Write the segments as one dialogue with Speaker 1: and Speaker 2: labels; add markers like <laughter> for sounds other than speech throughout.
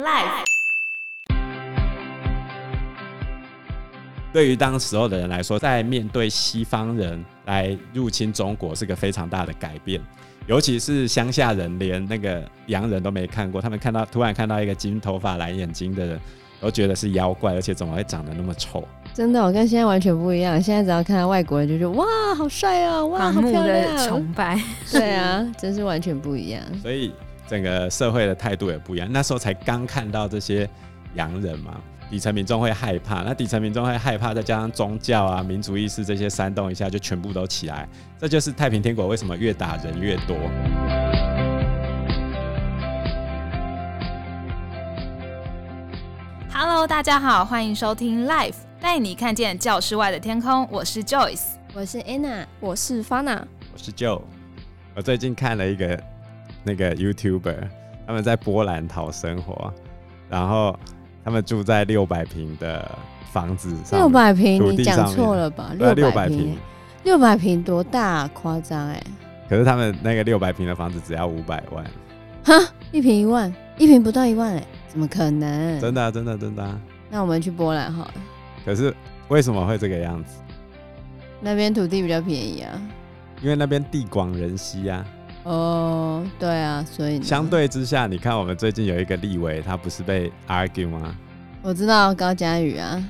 Speaker 1: Life
Speaker 2: 对于当时候的人来说，在面对西方人来入侵中国是个非常大的改变，尤其是乡下人，连那个洋人都没看过，他们看到突然看到一个金头发蓝眼睛的人，都觉得是妖怪，而且怎么会长得那么丑？
Speaker 3: 真的、哦，我跟现在完全不一样。现在只要看到外国人，就觉得哇，好帅哦，哇，
Speaker 4: 盲
Speaker 3: 好
Speaker 4: 目
Speaker 3: 漂
Speaker 4: 的
Speaker 3: 亮。
Speaker 4: 崇拜，
Speaker 3: 对啊，真是完全不一样。
Speaker 2: 所以整个社会的态度也不一样。那时候才刚看到这些洋人嘛，底层民众会害怕，那底层民众会害怕，再加上宗教啊、民族意识这些煽动一下，就全部都起来。这就是太平天国为什么越打人越多。
Speaker 1: <laughs> Hello，大家好，欢迎收听 Life，带你看见教室外的天空。我是 Joyce，
Speaker 3: 我是 Anna，
Speaker 5: 我是 Fana，
Speaker 2: 我是 Joe，我最近看了一个那个 YouTuber，他们在波兰讨生活，然后他们住在六百平的房子上面，
Speaker 3: 六百平，
Speaker 2: 土
Speaker 3: 你
Speaker 2: 地上
Speaker 3: 讲
Speaker 2: 面
Speaker 3: 错了吧？
Speaker 2: 对啊六
Speaker 3: 百
Speaker 2: 百平，，
Speaker 3: 六百平多大、啊？夸张哎，
Speaker 2: 可是他们那个六百平的房子只要五百万，
Speaker 3: 哈，一平一万，一平不到一万哎、怎么可能？
Speaker 2: 真的啊、真的真的、啊。
Speaker 3: 那我们去波兰好了，
Speaker 2: 可是为什么会这个样子？
Speaker 3: 那边土地比较便宜啊。
Speaker 2: 因为那边地广人稀啊。
Speaker 3: 哦，对啊，所以呢
Speaker 2: 相，对之下，你看我们最近有一个立委，他不是被 argue 吗？
Speaker 3: 我知道高佳宇啊，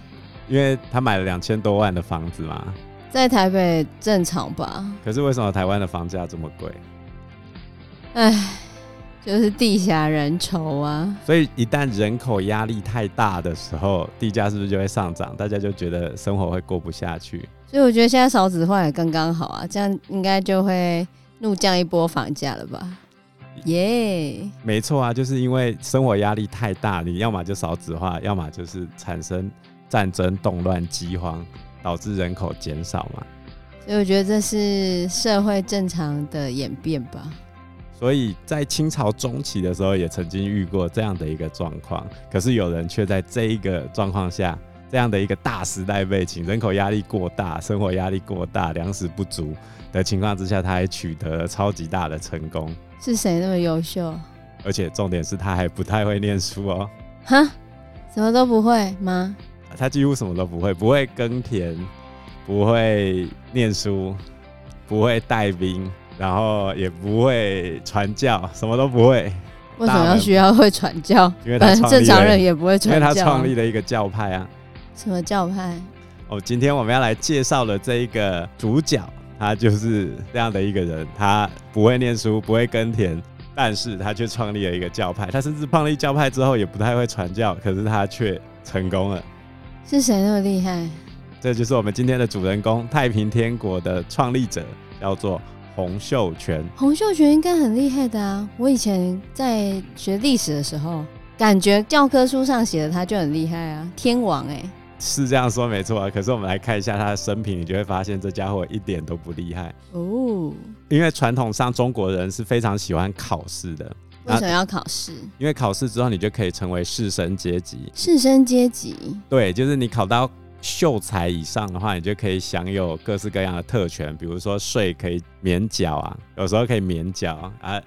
Speaker 2: 因为他买了两千多万的房子嘛。
Speaker 3: 在台北正常吧？
Speaker 2: 可是为什么台湾的房价这么贵？
Speaker 3: 唉，就是地狭人稠啊。
Speaker 2: 所以一旦人口压力太大的时候，地价是不是就会上涨？大家就觉得生活会过不下去。
Speaker 3: 所以我觉得现在少子化也刚刚好啊，这样应该就会怒降一波房价了吧？耶、
Speaker 2: 没错啊，就是因为生活压力太大，你要么就少子化，要么就是产生战争、动乱、饥荒，导致人口减少嘛。
Speaker 3: 所以我觉得这是社会正常的演变吧。
Speaker 2: 所以在清朝中期的时候，也曾经遇过这样的一个状况。可是有人却在这一个状况下，这样的一个大时代背景，人口压力过大、生活压力过大、粮食不足的情况之下，他还取得了超级大的成功。
Speaker 3: 是谁那么优秀？
Speaker 2: 而且重点是他还不太会念书哦，
Speaker 3: 哈，什么都不会吗？
Speaker 2: 他几乎什么都不会，不会耕田，不会念书，不会带兵，然后也不会传教，什么都不会。
Speaker 3: 为什么要需要会传教？
Speaker 2: 因为他
Speaker 3: 反正
Speaker 2: 创
Speaker 3: 正
Speaker 2: 立
Speaker 3: 常
Speaker 2: 了
Speaker 3: 人也不会
Speaker 2: 因为
Speaker 3: 传
Speaker 2: 他
Speaker 3: 教
Speaker 2: 创
Speaker 3: 啊。
Speaker 2: 立了一个教派啊。
Speaker 3: 什么教派？
Speaker 2: 哦，今天我们要来介绍的这一个主角，他就是这样的一个人，他不会念书，不会耕田，但是他却创立了一个教派。他甚至创立教派之后也不太会传教，可是他却成功了。
Speaker 3: 是谁那么厉害？
Speaker 2: 这就是我们今天的主人公，太平天国的创立者，叫做洪秀全。
Speaker 3: 洪秀全应该很厉害的啊！我以前在学历史的时候，感觉教科书上写的他就很厉害啊，天王哎、
Speaker 2: 是这样说没错啊，可是我们来看一下他的生平，你就会发现这家伙一点都不厉害。
Speaker 3: 哦，
Speaker 2: 因为传统上中国人是非常喜欢考试的，
Speaker 3: 为
Speaker 2: 啊
Speaker 3: 什么要考试？
Speaker 2: 因为考试之后你就可以成为士绅阶级。
Speaker 3: 士绅阶级
Speaker 2: 对，就是你考到秀才以上的话，你就可以享有各式各样的特权，比如说税可以免缴啊，有时候可以免缴啊，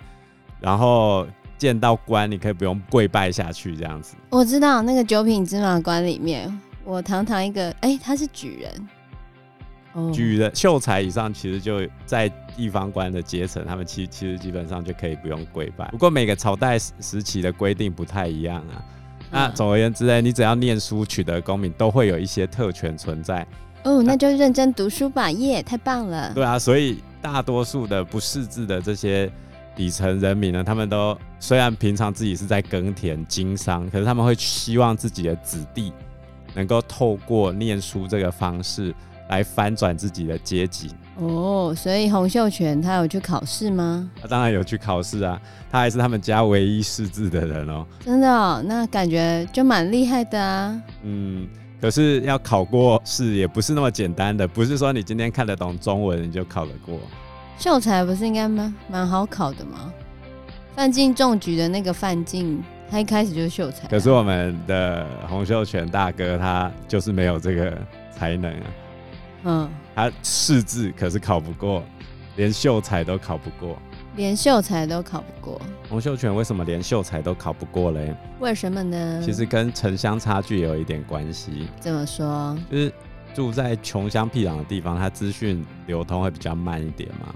Speaker 2: 然后见到官你可以不用跪拜下去这样子。
Speaker 3: 我知道那个九品芝麻官里面，我堂堂一个，哎、他是举人，哦
Speaker 2: 举人秀才以上，其实就在地方官的阶层，他们其其实基本上就可以不用跪拜。不过每个朝代时时期的规定不太一样啊。那
Speaker 3: 嗯
Speaker 2: 总而言之呢，你只要念书取得功名，都会有一些特权存在。
Speaker 3: 哦，那就认真读书吧，耶、太棒了！
Speaker 2: <laughs> 对啊，所以大多数的不识字的这些底层人民呢，他们都虽然平常自己是在耕田经商，可是他们会希望自己的子弟能够透过念书这个方式来翻转自己的阶级。
Speaker 3: 哦，所以洪秀全他有去考试吗？
Speaker 2: 他啊当然有去考试啊，他还是他们家唯一识字的人哦。
Speaker 3: 真的、哦，那感觉就蛮厉害的啊。
Speaker 2: 嗯，可是要考过试也不是那么简单的，不是说你今天看得懂中文你就考得过。
Speaker 3: 秀才不是应该蛮蛮好考的吗？范进中举的那个范进，他一开始就是秀才啊、
Speaker 2: 可是我们的洪秀全大哥他就是没有这个才能啊，
Speaker 3: 嗯，
Speaker 2: 他识字可是考不过，连秀才都考不过。
Speaker 3: 连秀才都考不过，
Speaker 2: 洪秀全为什么连秀才都考不过嘞？
Speaker 3: 为什么呢？
Speaker 2: 其实跟城乡差距也有一点关系，
Speaker 3: 怎么说？
Speaker 2: 就是住在穷乡僻壤的地方，它资讯流通会比较慢一点嘛。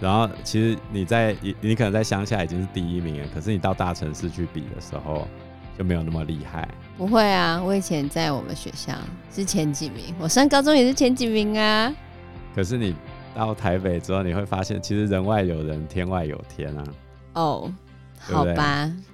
Speaker 2: 然后其实你在你你可能在乡下已经是第一名了，可是你到大城市去比的时候就没有那么厉害。
Speaker 3: 不会啊，我以前在我们学校是前几名，我上高中也是前几名啊。
Speaker 2: 可是你到台北之后，你会发现其实人外有人，天外有天啊。
Speaker 3: 哦，
Speaker 2: 对不
Speaker 3: 好
Speaker 2: 对
Speaker 3: 吧，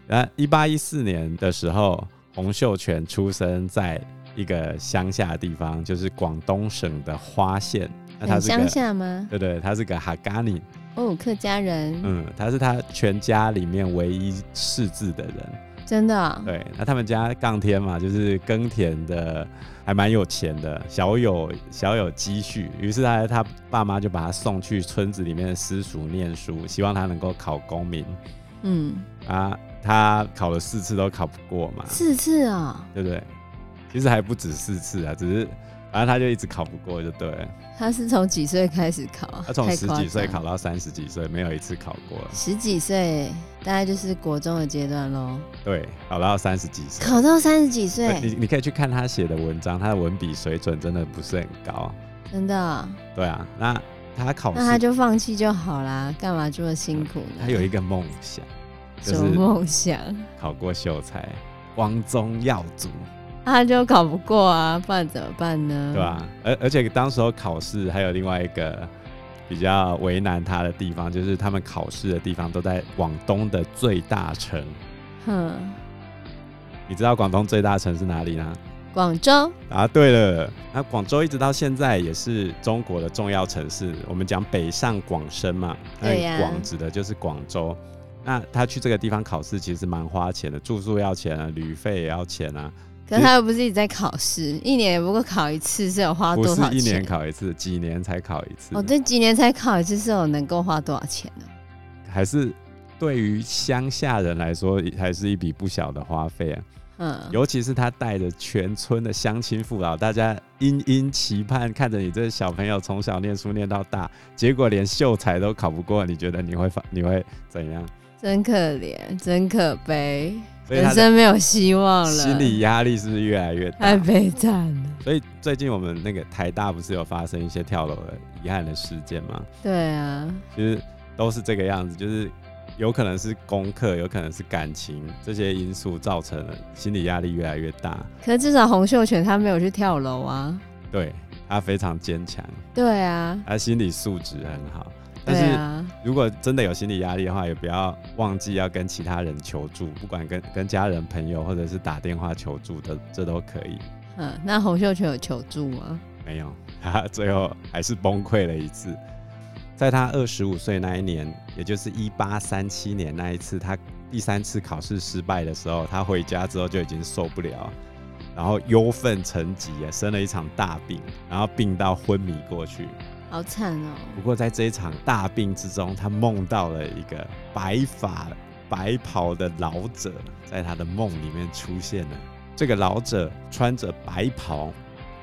Speaker 2: 然呃后一八一四年的时候，洪秀全出生在一个乡下地方，就是广东省的花县。那他
Speaker 3: 很
Speaker 2: 是个
Speaker 3: 嗯乡下吗？
Speaker 2: 对对，他是个哈嘎尼，
Speaker 3: 哦，客家人，
Speaker 2: 嗯，他是他全家里面唯一识字的人。
Speaker 3: 真的哦、
Speaker 2: 对，那他们家杠天嘛，就是耕田的，还蛮有钱的，小有小有积蓄。于是他他爸妈就把他送去村子里面的私塾念书，希望他能够考功名
Speaker 3: 嗯，
Speaker 2: 啊。他考了四次都考不过嘛，
Speaker 3: 四次哦，
Speaker 2: 对不对？其实还不止四次啊，只是反正他就一直考不过，就对了。
Speaker 3: 他是从几岁开始考啊？
Speaker 2: 他从
Speaker 3: 太
Speaker 2: 十
Speaker 3: 夸
Speaker 2: 几岁
Speaker 3: 张
Speaker 2: 考到三十几岁，没有一次考过。
Speaker 3: 十几岁，大概就是国中的阶段喽。
Speaker 2: 对，考到三十几岁。
Speaker 3: 考到三十几
Speaker 2: 对你
Speaker 3: 岁，
Speaker 2: 你可以去看他写的文章，他的文笔水准真的不是很高。
Speaker 3: 真的哦、
Speaker 2: 对啊，那他考试，
Speaker 3: 那他就放弃就好啦，干嘛这么辛苦呢？
Speaker 2: 他有一个梦想，就
Speaker 3: 什么
Speaker 2: 是
Speaker 3: 梦想？ <laughs>
Speaker 2: 考过秀才，光宗耀祖，
Speaker 3: 他就考不过啊，不然怎么办呢？
Speaker 2: 对吧、而而且当时候考试还有另外一个比较为难他的地方，就是他们考试的地方都在广东的最大城。
Speaker 3: 哼，
Speaker 2: 你知道广东最大城是哪里呢？
Speaker 3: 广州
Speaker 2: 答对了。那广州一直到现在也是中国的重要城市。我们讲北上广深嘛，那
Speaker 3: 对呀
Speaker 2: 广指的就是广州。那他去这个地方考试其实蛮花钱的，住宿要钱啊，旅费也要钱啊，
Speaker 3: 可是他又不是一直在考试，一年也不过考一次，是有花
Speaker 2: 不
Speaker 3: 多
Speaker 2: 是
Speaker 3: 少
Speaker 2: 一年
Speaker 3: 哦钱？
Speaker 2: 考一次，几年才考一次。
Speaker 3: 哦，对，几年才考一次，是有能够花多少钱呢、
Speaker 2: 还是对于乡下人来说，还是一笔不小的花费啊。
Speaker 3: 嗯，
Speaker 2: 尤其是他带着全村的乡亲父老，大家殷殷期盼，看着你这小朋友从小念书念到大，结果连秀才都考不过，你觉得你会发你会怎样？
Speaker 3: 真可怜，真可悲，
Speaker 2: 所以
Speaker 3: 人
Speaker 2: 他的
Speaker 3: 生没有希望了，哎
Speaker 2: 心理压力是不是越来越
Speaker 3: 太
Speaker 2: 大？
Speaker 3: 悲惨了。
Speaker 2: 所以最近我们那个台大不是有发生一些跳楼的遗憾的事件吗？
Speaker 3: 对啊，
Speaker 2: 其实都是这个样子，就是有可能是功课，有可能是感情这些因素造成了心理压力越来越大。
Speaker 3: 可是至少洪秀全他没有去跳楼啊。
Speaker 2: 对他非常坚强，
Speaker 3: 对啊，
Speaker 2: 他心理素质很好，但
Speaker 3: 对
Speaker 2: 是。
Speaker 3: 啊，
Speaker 2: 如果真的有心理压力的话，也不要忘记要跟其他人求助，不管跟跟家人、朋友，或者是打电话求助的，这都可以。
Speaker 3: 嗯，那洪秀全有求助吗？
Speaker 2: 没有， <laughs> 他最后还是崩溃了一次。在他二十五岁那一年，也就是一八三七年那一次，他第三次考试失败的时候，他回家之后就已经受不了，然后忧愤成疾啊，生了一场大病，然后病到昏迷过去。
Speaker 3: 好惨哦、
Speaker 2: 不过在这一场大病之中，他梦到了一个白发白袍的老者，在他的梦里面出现了。这个老者穿着白袍，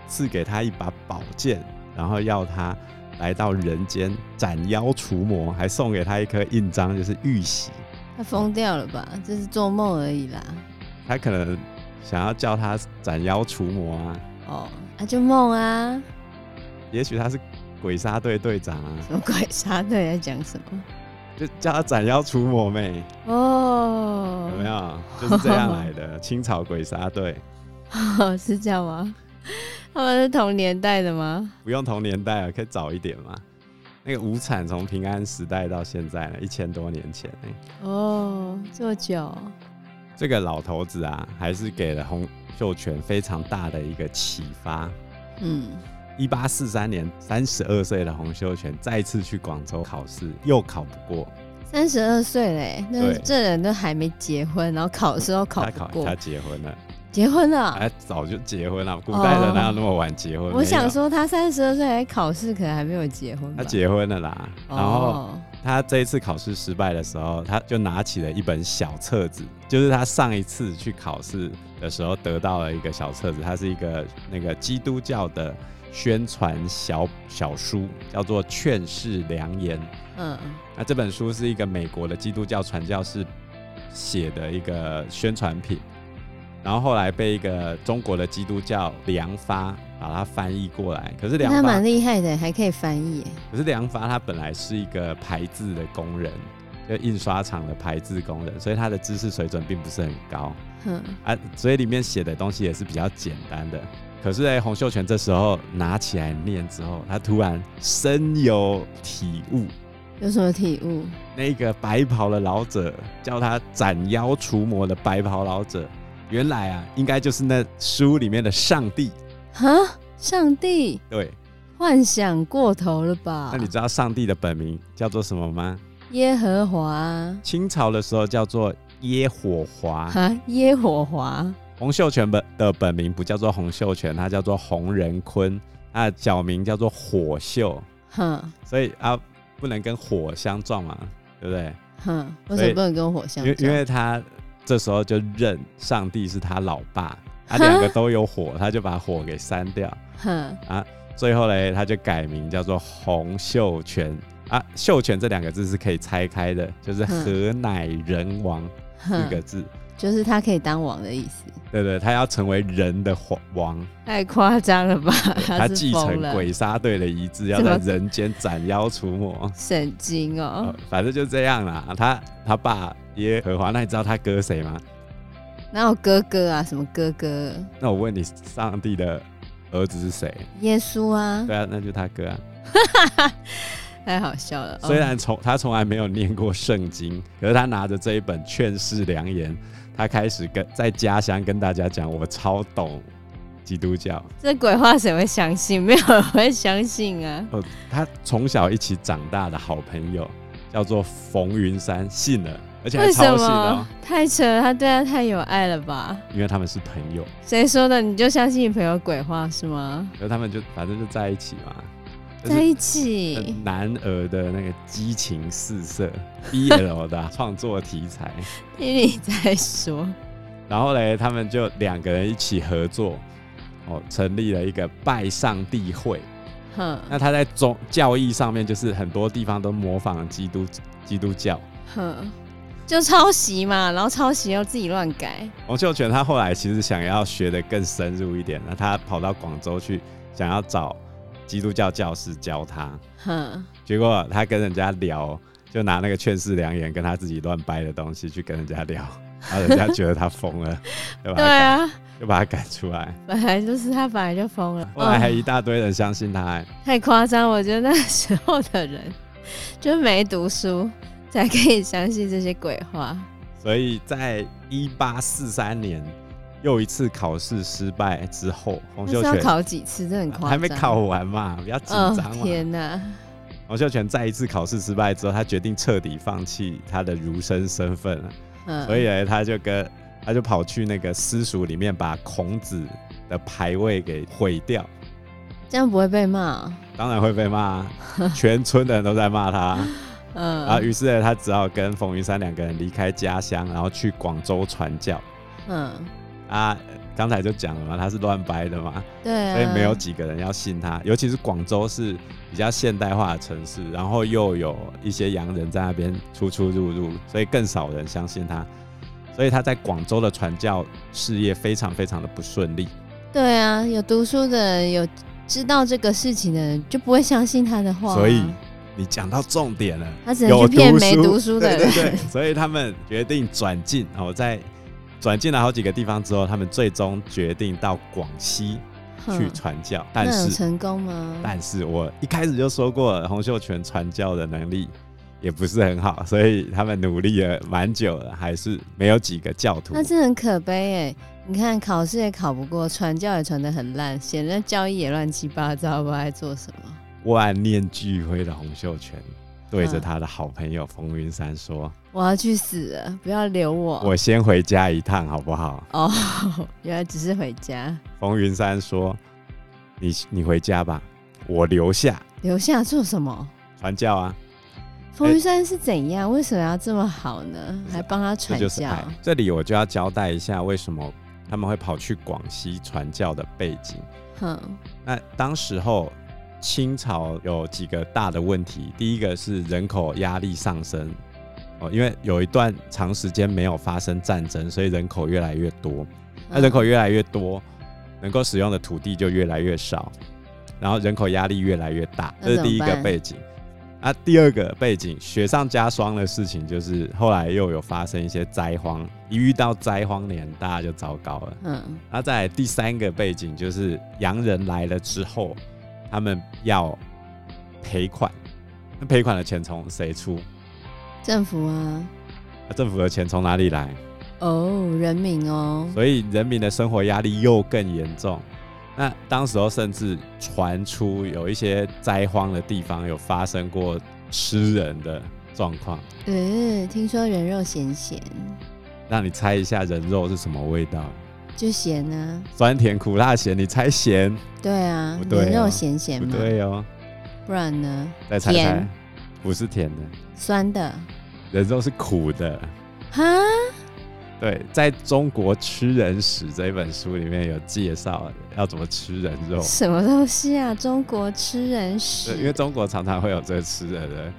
Speaker 2: 赐给他一把宝剑，然后要他来到人间斩妖除魔，还送给他一颗印章，就是玉玺。
Speaker 3: 他疯掉了吧？这是做梦而已啦。
Speaker 2: 他可能想要叫他斩妖除魔啊，
Speaker 3: 哦，啊，就梦啊，
Speaker 2: 也许他是鬼杀队队长啊， <laughs>
Speaker 3: 什么鬼杀队在讲什么？
Speaker 2: 就叫他斩妖除魔妹。
Speaker 3: 哦，
Speaker 2: 有没有？就是这样来的。清朝鬼杀队
Speaker 3: 有？ <laughs> 是这样吗？他们是同年代的吗？
Speaker 2: 不用同年代啊，可以早一点嘛。那个无产从平安时代到现在呢，一千多年前呢、
Speaker 3: 哦，这么久，
Speaker 2: 这个老头子啊，还是给了洪秀全非常大的一个启发。
Speaker 3: 嗯，
Speaker 2: 一八四三年，三十二岁的洪秀全再次去广州考试，又考不过。
Speaker 3: 三十二岁嘞，那
Speaker 2: 对
Speaker 3: 这人都还没结婚，然后考试都考
Speaker 2: 他
Speaker 3: 不
Speaker 2: 考他
Speaker 3: 过，
Speaker 2: 结婚了，
Speaker 3: 结婚了。
Speaker 2: 他早就结婚了。古代人哪有那么晚结婚？
Speaker 3: 哦我
Speaker 2: 没有
Speaker 3: 想，说，他三十二岁还考试，可能还没有结婚吧。
Speaker 2: 他结婚了啦。然后
Speaker 3: 哦，
Speaker 2: 他这一次考试失败的时候，他就拿起了一本小册子，就是他上一次去考试的时候得到了一个小册子，它是一个那个基督教的宣传小小书，叫做《劝世良言》。
Speaker 3: 嗯，
Speaker 2: 那这本书是一个美国的基督教传教士写的一个宣传品，然后后来被一个中国的基督教梁发把它翻译过来。可是梁
Speaker 3: 那
Speaker 2: 发
Speaker 3: 蛮，厉害的，还可以翻译耶。
Speaker 2: 可是梁发他本来是一个排字的工人，就印刷厂的排字工人，所以他的知识水准并不是很高。
Speaker 3: 哼，
Speaker 2: 啊，所以里面写的东西也是比较简单的。可是哎，洪秀全这时候拿起来念之后，他突然深有体悟，
Speaker 3: 有什么体悟？
Speaker 2: 那个白袍的老者叫他斩妖除魔的白袍老者，原来啊，应该就是那书里面的上帝。
Speaker 3: 哈，上帝
Speaker 2: 对，
Speaker 3: 幻想过头了吧
Speaker 2: 那？你知道上帝的本名叫做什么吗？
Speaker 3: 耶和华啊
Speaker 2: 清朝的时候叫做耶火华。
Speaker 3: 哈，耶和华
Speaker 2: 洪秀全本的本名不叫做洪秀全，他叫做洪仁坤，他的小名叫做火秀。
Speaker 3: 哼
Speaker 2: 所以啊，不能跟火相撞嘛，对不对？
Speaker 3: 哼，为
Speaker 2: 所
Speaker 3: 什
Speaker 2: 以
Speaker 3: 么不能跟火相
Speaker 2: 因为因
Speaker 3: 撞
Speaker 2: 为他这时候就认上帝是他老爸，他两个都有火，他就把火给删掉。
Speaker 3: 哼，
Speaker 2: 最后嘞，他就改名叫做洪秀全啊，秀全这两个字是可以拆开的，就是
Speaker 3: 嗯
Speaker 2: 和乃人王四个
Speaker 3: 哼，
Speaker 2: 字。
Speaker 3: 就是他可以当王的意思。
Speaker 2: 对对，他要成为人的皇王，
Speaker 3: 太夸张了吧？ <laughs>
Speaker 2: 他
Speaker 3: 是
Speaker 2: 继
Speaker 3: 疯
Speaker 2: 承
Speaker 3: 了，
Speaker 2: 鬼杀队的遗
Speaker 3: <laughs>
Speaker 2: 志，要
Speaker 3: 怎
Speaker 2: 在
Speaker 3: 么
Speaker 2: 人间斩妖除魔。
Speaker 3: 神经哦
Speaker 2: 呃。反正就这样啦。他他爸耶和华，那你知道他哥谁吗？
Speaker 3: 哪有哥哥啊？什么哥哥？
Speaker 2: 那我问你，上帝的儿子是谁？
Speaker 3: 耶稣啊，
Speaker 2: 对啊，那就是他哥啊。
Speaker 3: 太好笑了。哦
Speaker 2: 虽然从他从来没有念过圣经，可是他拿着这一本《劝世良言》，他开始跟在家乡跟大家讲，我超懂基督教。
Speaker 3: 这鬼话谁会相信？没有人会相信啊。
Speaker 2: 哦，他从小一起长大的好朋友叫做冯云山，信了，而且还
Speaker 3: 为什
Speaker 2: 超信
Speaker 3: 么
Speaker 2: 哦，？
Speaker 3: 太扯了，他对他太有爱了吧？
Speaker 2: 因为他们是朋友，
Speaker 3: 谁说的？你就相信你朋友鬼话是吗？
Speaker 2: 然后他们就反正就在一起嘛。就
Speaker 3: 在
Speaker 2: 是
Speaker 3: 一
Speaker 2: 呃
Speaker 3: 起，
Speaker 2: 男儿的那个激情四射 BL 的啊 <laughs> 创作题材，
Speaker 3: 听你在说，
Speaker 2: 然后嘞，他们就两个人一起合作，哦，成立了一个拜上帝会。
Speaker 3: 哼
Speaker 2: 那他在宗教义上面，就是很多地方都模仿基督基督教。
Speaker 3: 哼，就抄袭嘛，然后抄袭又自己乱改，
Speaker 2: 洪秀全他后来其实想要学的更深入一点，那他跑到广州去，想要找基督教教师教他，
Speaker 3: 哼，
Speaker 2: 结果他跟人家聊，就拿那个劝世良言跟他自己乱掰的东西去跟人家聊，然后人家觉得他疯
Speaker 3: <laughs>
Speaker 2: 了，就把
Speaker 3: 对
Speaker 2: 他赶
Speaker 3: 啊，
Speaker 2: 就把他赶出来。
Speaker 3: 本来就是他本来就疯了，
Speaker 2: 后来还
Speaker 3: 哦
Speaker 2: 一大堆人相信他、哎
Speaker 3: 太夸张，我觉得那时候的人 <laughs> 就没读书才可以相信这些鬼话。
Speaker 2: 所以在一八四三年又一次考试失败之后，洪
Speaker 3: 那
Speaker 2: 秀
Speaker 3: 是要
Speaker 2: 全
Speaker 3: 考几次？这很夸张。
Speaker 2: 还没考完嘛，比较紧
Speaker 3: 嗯，
Speaker 2: 张啊嘛。
Speaker 3: 天哪！
Speaker 2: 洪秀全再一次考试失败之后，他决定彻底放弃他的儒生身份了，
Speaker 3: 嗯，
Speaker 2: 所以呢，他就跟他就跑去那个私塾里面把孔子的牌位给毁掉，
Speaker 3: 这样不会被骂。
Speaker 2: 当然会被骂
Speaker 3: <laughs>
Speaker 2: 啊，全村的人都在骂他。
Speaker 3: 嗯，
Speaker 2: 啊，于是呢，他只好跟冯云山两个人离开家乡，然后去广州传教。
Speaker 3: 嗯，
Speaker 2: 啊，刚才就讲了嘛，他是乱掰的嘛，
Speaker 3: 对啊，
Speaker 2: 所以没有几个人要信他。尤其是广州是比较现代化的城市，然后又有一些洋人在那边出出入入，所以更少人相信他。所以他在广州的传教事业非常非常的不顺利。
Speaker 3: 对啊，有读书的人，有知道这个事情的人，就不会相信他的话啊、
Speaker 2: 所以你讲到重点了。
Speaker 3: 他只能去骗没读书的人。
Speaker 2: 对对对，所以他们决定转进哦，在转进了好几个地方之后，他们最终决定到广西
Speaker 3: 哼
Speaker 2: 去传教，但
Speaker 3: 那有
Speaker 2: 是
Speaker 3: 成功吗？
Speaker 2: 但是我一开始就说过了，洪秀全传教的能力也不是很好，所以他们努力了蛮久了，还是没有几个教徒
Speaker 3: 那。这很可悲哎！你看考试也考不过，传教也传得很烂，显得教义也乱七八糟，不知道在做什么。
Speaker 2: 万念俱灰的洪秀全对
Speaker 3: 嗯
Speaker 2: 着他的好朋友冯云山说
Speaker 3: 我要去死了，不要留：“我。
Speaker 2: 我先回家一趟，好不好？”
Speaker 3: 哦， <laughs> 原来只是回家，
Speaker 2: 冯云山说：“你你回家吧，我留下
Speaker 3: 留下做什么？
Speaker 2: 传教啊，
Speaker 3: 冯玉山是怎样？为什么要这么好呢？
Speaker 2: 不是
Speaker 3: 还帮他
Speaker 2: 这
Speaker 3: 传
Speaker 2: 就是
Speaker 3: 教
Speaker 2: 爱。”这里我就要交代一下，为什么他们会跑去广西传教的背景。
Speaker 3: 哼，
Speaker 2: 那当时候清朝有几个大的问题，第一个是人口压力上升，哦，因为有一段长时间没有发生战争，所以人口越来越多。
Speaker 3: 嗯
Speaker 2: 那人口越来越多，能够使用的土地就越来越少，然后人口压力越来越大，
Speaker 3: 那
Speaker 2: 这是第一
Speaker 3: 怎么
Speaker 2: 个
Speaker 3: 办
Speaker 2: 背景。啊，第二个背景雪上加霜的事情就是后来又有发生一些灾荒，一遇到灾荒年大家就糟糕了。
Speaker 3: 嗯，
Speaker 2: 然后再来第三个背景就是洋人来了之后，他们要赔款，那赔款的钱从谁出？
Speaker 3: 政府啊，
Speaker 2: 啊、政府的钱从哪里来？
Speaker 3: 哦，人民哦，
Speaker 2: 所以人民的生活压力又更严重。那当时候甚至传出有一些灾荒的地方有发生过吃人的状况，
Speaker 3: 呃，听说人肉咸咸，
Speaker 2: 让你猜一下人肉是什么味道？
Speaker 3: 就咸啊，
Speaker 2: 酸甜苦辣咸，你猜咸？
Speaker 3: 对啊，
Speaker 2: 不对
Speaker 3: 人
Speaker 2: 哦
Speaker 3: 肉咸咸
Speaker 2: 不
Speaker 3: 嘛，
Speaker 2: 对哦，
Speaker 3: 不然呢，
Speaker 2: 再猜猜
Speaker 3: 甜，
Speaker 2: 不是甜的，
Speaker 3: 酸的，
Speaker 2: 人肉是苦的。
Speaker 3: 哈，
Speaker 2: 对，在中国吃人史这一本书里面有介绍要怎么吃人肉，
Speaker 3: 什么东西啊？中国吃人
Speaker 2: 对
Speaker 3: 屎，
Speaker 2: 因为中国常常会有这个吃人的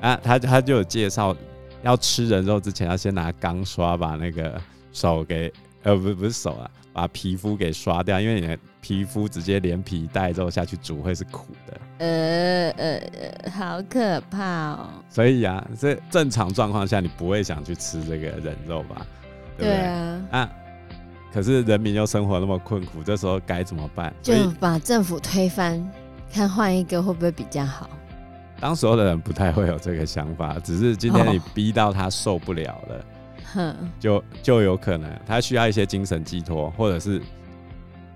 Speaker 3: 呃，
Speaker 2: 啊，他他就有介绍，要吃人肉之前要先拿钢刷把那个手给，呃，不不是手啊，把皮肤给刷掉，因为你的皮肤直接连皮带肉下去煮会是苦的。
Speaker 3: 呃呃呃，好可怕哦！
Speaker 2: 所以啊，这正常状况下你不会想去吃这个人肉吧？对不对？
Speaker 3: 对啊，
Speaker 2: 啊可是人民又生活那么困苦，这时候该怎么办？所
Speaker 3: 就
Speaker 2: 以
Speaker 3: 把政府推翻，看换一个会不会比较好？
Speaker 2: 当时候的人不太会有这个想法，只是今天你
Speaker 3: 哦
Speaker 2: 逼到他受不了了。
Speaker 3: 哼，
Speaker 2: 就就有可能他需要一些精神寄托，或者是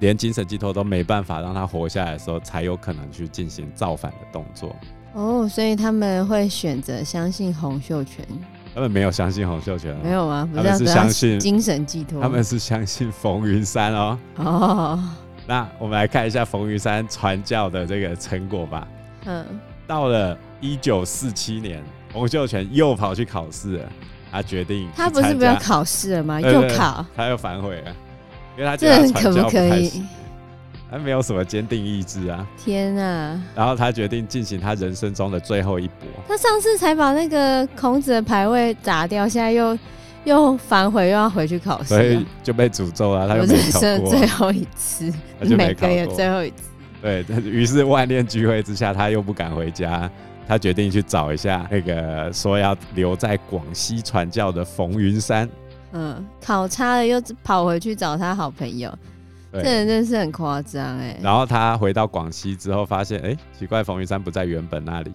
Speaker 2: 连精神寄托都没办法让他活下来的时候，才有可能去进行造反的动作。
Speaker 3: 哦，所以他们会选择相信洪秀全，
Speaker 2: 他们没有相信洪秀全、哦，
Speaker 3: 没，有啊？不
Speaker 2: 哦他们
Speaker 3: 要
Speaker 2: 是
Speaker 3: 得到
Speaker 2: 相信
Speaker 3: 精神寄托，
Speaker 2: 他们是相信冯云山哦。
Speaker 3: 哦，
Speaker 2: 那我们来看一下冯云山传教的这个成果吧。
Speaker 3: 嗯，
Speaker 2: 到了一九四七年，洪秀全又跑去考试了，他决定
Speaker 3: 他不是不
Speaker 2: 要
Speaker 3: 要，考试了吗？
Speaker 2: 对
Speaker 3: 又
Speaker 2: 对
Speaker 3: 考，
Speaker 2: 他又反悔了，因为他觉
Speaker 3: 这
Speaker 2: 得
Speaker 3: 人
Speaker 2: 他
Speaker 3: 可
Speaker 2: 传教
Speaker 3: 不
Speaker 2: 不
Speaker 3: 可
Speaker 2: 太
Speaker 3: 以
Speaker 2: 行，？他没有什么坚定意志啊。
Speaker 3: 天啊！
Speaker 2: 然后他决定进行他人生中的最后一搏。
Speaker 3: 他上次才把那个孔子的牌位砸掉，现在又又反悔，又要回去考试
Speaker 2: 所以
Speaker 3: 了。
Speaker 2: 就被诅咒啊了，他又
Speaker 3: 啊我
Speaker 2: 没
Speaker 3: 人
Speaker 2: 考
Speaker 3: 生的
Speaker 2: 过，
Speaker 3: 最后一次，
Speaker 2: 他就没
Speaker 3: 每
Speaker 2: 考
Speaker 3: 个月最
Speaker 2: 过。
Speaker 3: 后一次。
Speaker 2: 对， <laughs> 于是万念俱灰之下，他又不敢回家，他决定去找一下那个说要留在广西传教的冯云山。
Speaker 3: 嗯，考差了又跑回去找他好朋友，这
Speaker 2: 对，
Speaker 3: 人真是很夸张哎。
Speaker 2: 然后他回到广西之后，发现哎，奇怪，冯云山不在原本那里。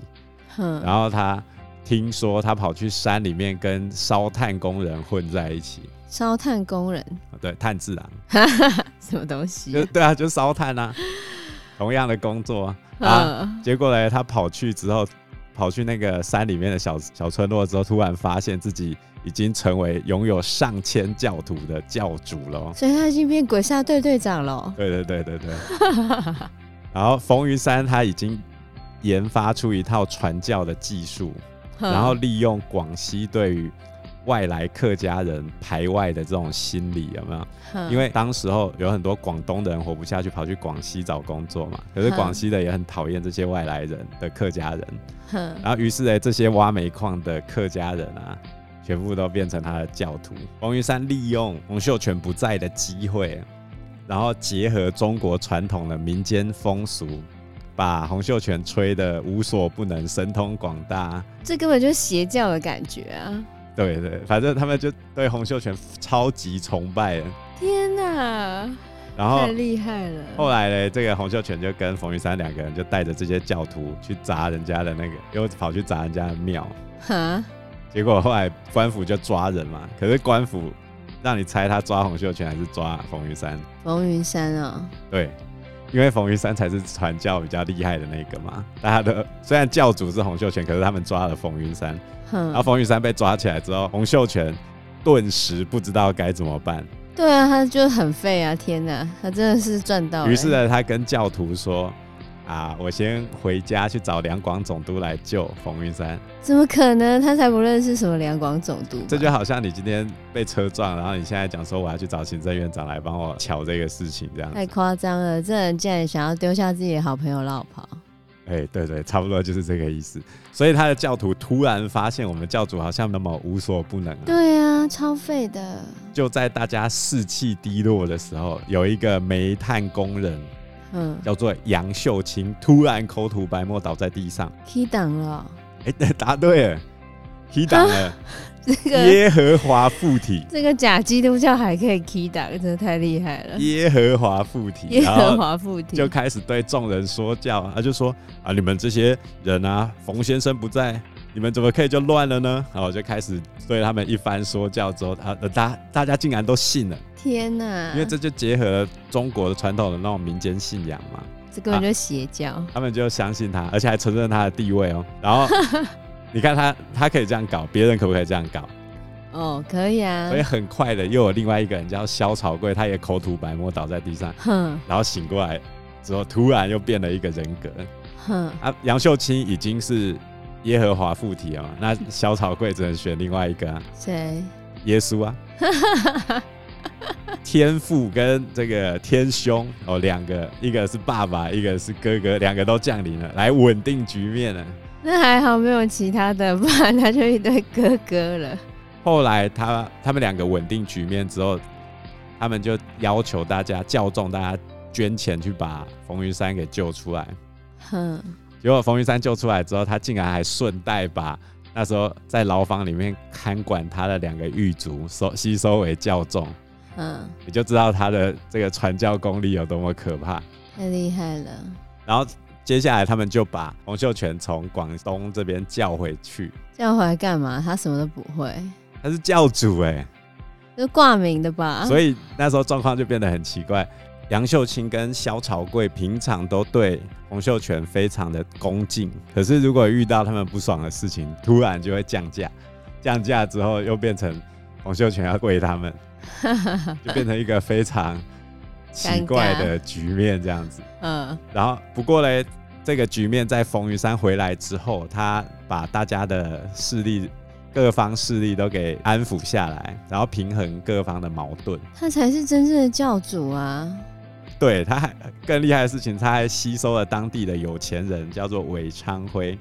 Speaker 3: 哼，
Speaker 2: 然后他听说他跑去山里面跟烧炭工人混在一起，啊
Speaker 3: 烧炭工人
Speaker 2: 对，炭治郎。
Speaker 3: 什么东西
Speaker 2: 就？对啊，就烧炭啊，同样的工作啊 <laughs> 啊。
Speaker 3: 嗯，
Speaker 2: 结果呢，他跑去之后，跑去那个山里面的小小村落之后，突然发现自己已经成为拥有上千教徒的教主了哦。
Speaker 3: 所以他已经变鬼杀队队长了。
Speaker 2: 对对对对对。然后冯云山他已经研发出一套传教的技术，
Speaker 3: 哼
Speaker 2: 然后利用广西对于外来客家人排外的这种心理，有没有？
Speaker 3: 哼
Speaker 2: 因为当时候有很多广东的人活不下去，跑去广西找工作嘛。可是
Speaker 3: 嗯
Speaker 2: 广西的也很讨厌这些外来人的客家人，
Speaker 3: 哼
Speaker 2: 然后于是呢，这些挖煤矿的客家人啊，全部都变成他的教徒。王云山利用洪秀全不在的机会，然后结合中国传统的民间风俗，把洪秀全吹得无所不能、神通广大。
Speaker 3: 这根本就是邪教的感觉啊！
Speaker 2: <laughs> 对对，反正他们就对洪秀全超级崇拜的，
Speaker 3: 天哪，
Speaker 2: 然后哦
Speaker 3: 太厉害了！
Speaker 2: 后来呢，这个洪秀全就跟冯玉山两个人就带着这些教徒去砸人家的那个，又跑去砸人家的庙，
Speaker 3: 哈，
Speaker 2: 结果后来官府就抓人嘛。可是官府让你猜他抓洪秀全还是抓冯玉山？
Speaker 3: 冯云山哦，
Speaker 2: 对，因为冯玉山才是传教比较厉害的那个嘛。大家都虽然教主是洪秀全，可是他们抓了冯云山。
Speaker 3: 嗯
Speaker 2: 然后
Speaker 3: 哼，
Speaker 2: 冯玉山被抓起来之后，洪秀全顿时不知道该怎么办。
Speaker 3: 对啊，他就很废啊！天哪，他真的是赚到了。
Speaker 2: 于是呢，他跟教徒说：“啊，我先回家去找两广总督来救冯云山。
Speaker 3: 怎么可能？他才不认识什么两广总督吧。
Speaker 2: 这就好像你今天被车撞，然后你现在讲说我要去找行政院长来帮我瞧这个事情，这样子。
Speaker 3: 太夸张了！这人竟然想要丢下自己的好朋友落跑，
Speaker 2: 哎、对对，差不多就是这个意思。所以他的教徒突然发现我们教主好像那么无所不能、啊。
Speaker 3: 对啊，超废的。
Speaker 2: 就在大家士气低落的时候，有一个煤炭工人
Speaker 3: 嗯
Speaker 2: 叫做杨秀清，突然口吐白沫倒在地上。
Speaker 3: ，key 档了， <laughs>
Speaker 2: 哎、 <laughs> 答对了，提档了，
Speaker 3: 这个
Speaker 2: 耶和华附体，
Speaker 3: 这个假基督教还可以 key 档，真的太厉害了。
Speaker 2: 耶和华附体，
Speaker 3: 耶
Speaker 2: 然
Speaker 3: 和
Speaker 2: 后
Speaker 3: 华附体
Speaker 2: 就开始对众人说教啊，他就说啊，你们这些人啊，冯先生不在，你们怎么可以就乱了呢？然后就开始对他们一番说教之后，他大大家竟然都信了，
Speaker 3: 天哪！
Speaker 2: 因为这就结合了中国的传统的那种民间信仰嘛，
Speaker 3: 这根本就邪教，
Speaker 2: 他们就相信他，而且还承认他的地位哦。然
Speaker 3: <laughs>
Speaker 2: 后你看他，他可以这样搞，别人可不可以这样搞？
Speaker 3: 哦，可以啊
Speaker 2: 所，以很快的又有另外一个人叫萧朝贵，他也口吐白沫倒在地上，
Speaker 3: 哼
Speaker 2: 然后醒过来之后，突然又变了一个人格。
Speaker 3: 哼，
Speaker 2: 啊，杨秀清已经是耶和华附体了嘛，那小草贵只能选另外一个、啊， <laughs>
Speaker 3: 谁？
Speaker 2: 耶稣啊，天父跟这个天兄哦，两个，一个是爸爸，一个是哥哥，两个都降临了，来稳定局面了。
Speaker 3: 那还好没有其他的，不然他就一堆哥哥了。
Speaker 2: 后来他他们两个稳定局面之后，他们就要求大家教众大家捐钱去把冯云山给救出来。
Speaker 3: 哼，
Speaker 2: 结果冯玉山救出来之后，他竟然还顺带把那时候在牢房里面看管他的两个狱卒收吸收为教众，
Speaker 3: 嗯，
Speaker 2: 你就知道他的这个传教功力有多么可怕。
Speaker 3: 太厉害了。
Speaker 2: 然后接下来他们就把洪秀全从广东这边叫回去，
Speaker 3: 叫回来干嘛？他什么都不会，
Speaker 2: 他是教主哎、
Speaker 3: 就挂名的吧？
Speaker 2: 所以那时候状况就变得很奇怪。杨秀清跟萧朝贵平常都对洪秀全非常的恭敬，可是如果遇到他们不爽的事情，突然就会降价， <laughs> 降价之后又变成洪秀全要跪他们，就变成一个非常奇怪的局面这样子。
Speaker 3: 嗯，
Speaker 2: 然后不过嘞，这个局面在冯云山回来之后，他把大家的势力。各方势力都给安抚下来，然后平衡各方的矛盾。
Speaker 3: 他才是真正的教主啊！
Speaker 2: 对，他还更厉害的事情，他还吸收了当地的有钱人，叫做韦昌辉，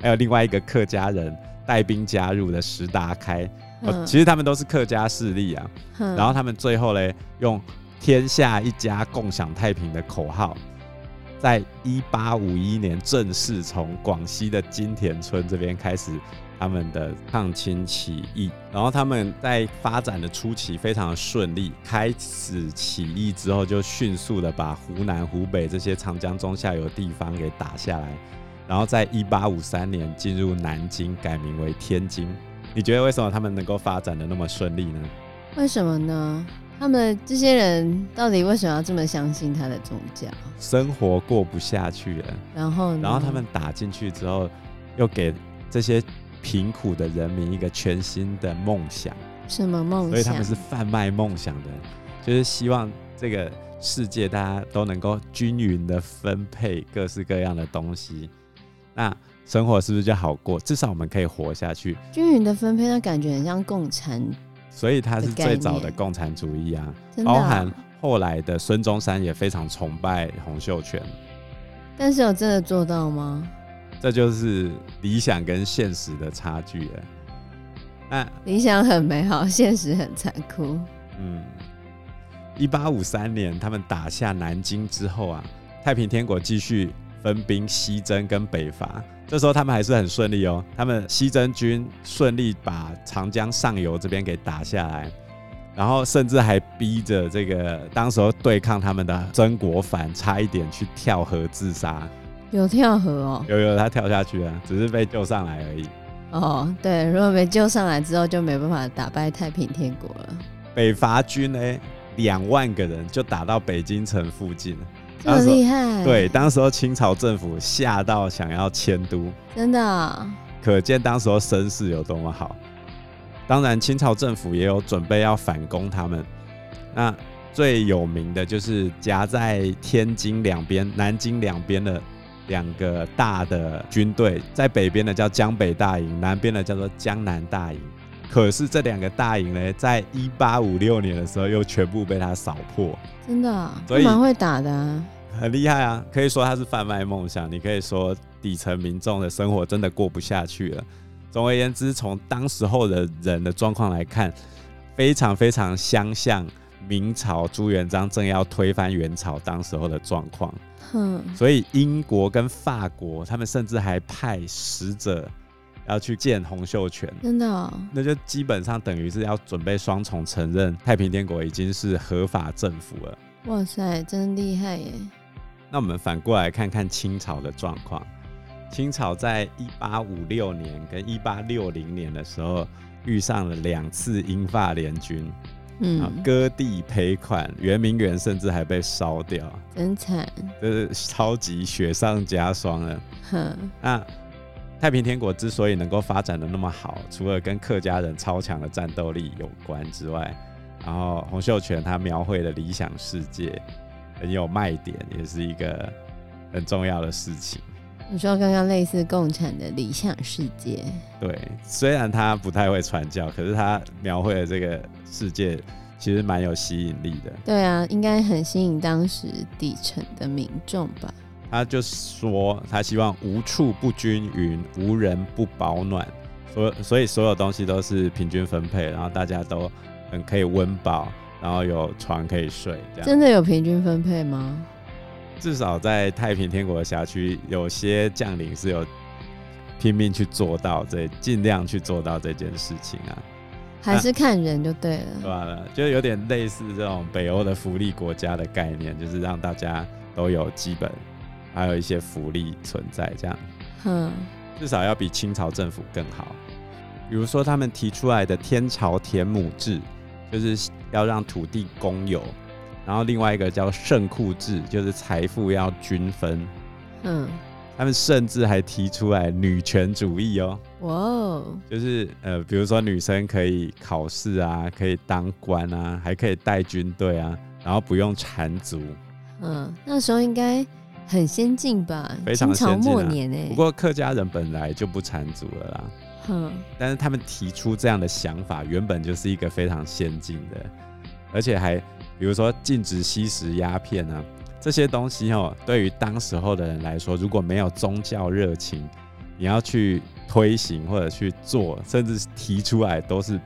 Speaker 2: 还有另外一个客家人带兵加入的石达开。哦，
Speaker 3: 嗯
Speaker 2: 其实他们都是客家势力啊。
Speaker 3: 哼
Speaker 2: 然后他们最后嘞，用“天下一家，共享太平”的口号，在一八五一年正式从广西的金田村这边开始他们的抗清起义。然后他们在发展的初期非常顺利，开始起义之后就迅速的把湖南、湖北这些长江中下游地方给打下来。然后在一八五三年进入南京，改名为天津。你觉得为什么他们能够发展的那么顺利呢？
Speaker 3: 为什么呢？他们这些人到底为什么要这么相信他的宗教？
Speaker 2: 生活过不下去了，
Speaker 3: 然后呢，
Speaker 2: 然后他们打进去之后，又给这些贫苦的人民一个全新的梦想，
Speaker 3: 什么梦
Speaker 2: 所以他们是
Speaker 3: 想？
Speaker 2: 贩卖梦想的，就是希望这个世界大家都能够均匀的分配各式各样的东西，那生活是不是就好过？至少我们可以活下去。
Speaker 3: 均匀的分配，那感觉很像共产，
Speaker 2: 所以它是
Speaker 3: 的概
Speaker 2: 最早的
Speaker 3: 念
Speaker 2: 共产主义啊，
Speaker 3: 真的啊、
Speaker 2: 包含后来的孙中山也非常崇拜洪秀全。
Speaker 3: 但是有真的做到吗？
Speaker 2: 这就是理想跟现实的差距了。那
Speaker 3: 理想很美好，现实很残酷。
Speaker 2: 嗯，一八五三年他们打下南京之后啊，太平天国继续分兵西征跟北伐。这时候他们还是很顺利哦，他们西征军顺利把长江上游这边给打下来，然后甚至还逼着这个当时候对抗他们的曾国藩差一点去跳河自杀，
Speaker 3: 有跳河哦，
Speaker 2: 有有他跳下去了，只是被救上来而已。
Speaker 3: 哦，对，如果没救上来之后，就没办法打败太平天国了。
Speaker 2: 北伐军呢，两万个人就打到北京城附近了。
Speaker 3: 这么
Speaker 2: 那时候
Speaker 3: 厉害，
Speaker 2: 对，，当时候清朝政府吓到想要迁都，
Speaker 3: 真的啊、
Speaker 2: 可见当时候声势有多么好。当然，清朝政府也有准备要反攻他们。那最有名的就是夹在天津两边、南京两边的两个大的军队，在北边的叫江北大营，南边的叫做江南大营。可是这两个大营呢，在一八五六年的时候又全部被他扫破，
Speaker 3: 真的啊，
Speaker 2: 所以
Speaker 3: 蛮会打的啊。
Speaker 2: 很厉害啊！可以说他是贩卖梦想，你可以说底层民众的生活真的过不下去了。总而言之，从当时候的人的状况来看，非常非常相像明朝朱元璋正要推翻元朝当时候的状况。
Speaker 3: 哼，
Speaker 2: 所以英国跟法国，他们甚至还派使者要去见洪秀全。
Speaker 3: 真的哦，
Speaker 2: 那就基本上等于是要准备双重承认太平天国已经是合法政府了。
Speaker 3: 哇塞，真厉害耶！
Speaker 2: 那我们反过来看看清朝的状况。清朝在一八五六年跟一八六零年的时候，遇上了两次英法联军，啊，
Speaker 3: 嗯，
Speaker 2: 割地赔款，圆明园甚至还被烧掉，
Speaker 3: 真惨，
Speaker 2: 这是超级雪上加霜了。
Speaker 3: 哼，
Speaker 2: 那太平天国之所以能够发展的那么好，除了跟客家人超强的战斗力有关之外，然后洪秀全他描绘的理想世界很有卖点，也是一个很重要的事情。
Speaker 3: 你说刚刚类似共产的理想世界，
Speaker 2: 对，虽然他不太会传教，可是他描绘的这个世界其实蛮有吸引力的。
Speaker 3: 对啊，应该很吸引当时底层的民众吧？
Speaker 2: 他就说他希望无处不均匀，无人不保暖，所所以所有东西都是平均分配，然后大家都很可以温饱，然后有床可以睡，这样。
Speaker 3: 真的有平均分配吗？
Speaker 2: 至少在太平天国的辖区，有些将领是有拼命去做到这，尽量去做到这件事情啊，
Speaker 3: 嗯还是看人就对
Speaker 2: 对啊
Speaker 3: 了。
Speaker 2: 吧、就有点类似这种北欧的福利国家的概念，就是让大家都有基本，还有一些福利存在这样。
Speaker 3: 哼，
Speaker 2: 至少要比清朝政府更好。比如说，他们提出来的天朝田亩制，就是要让土地公有；然后另外一个叫圣库制，就是财富要均分。
Speaker 3: 嗯，
Speaker 2: 他们甚至还提出来女权主义哦，
Speaker 3: 哇哦，
Speaker 2: 就是呃，比如说女生可以考试啊，可以当官啊，还可以带军队啊，然后不用缠足。
Speaker 3: 嗯，那时候应该很先进吧？
Speaker 2: 非常
Speaker 3: 清朝
Speaker 2: 先进啊
Speaker 3: 末年哎、
Speaker 2: 不过客家人本来就不缠足了啦，
Speaker 3: 哼，
Speaker 2: 但是他们提出这样的想法，原本就是一个非常先进的，而且还比如说禁止吸食鸦片啊，这些东西哦，对于当时候的人来说，如果没有宗教热情，你要去推行或者去做，甚至是提出来都是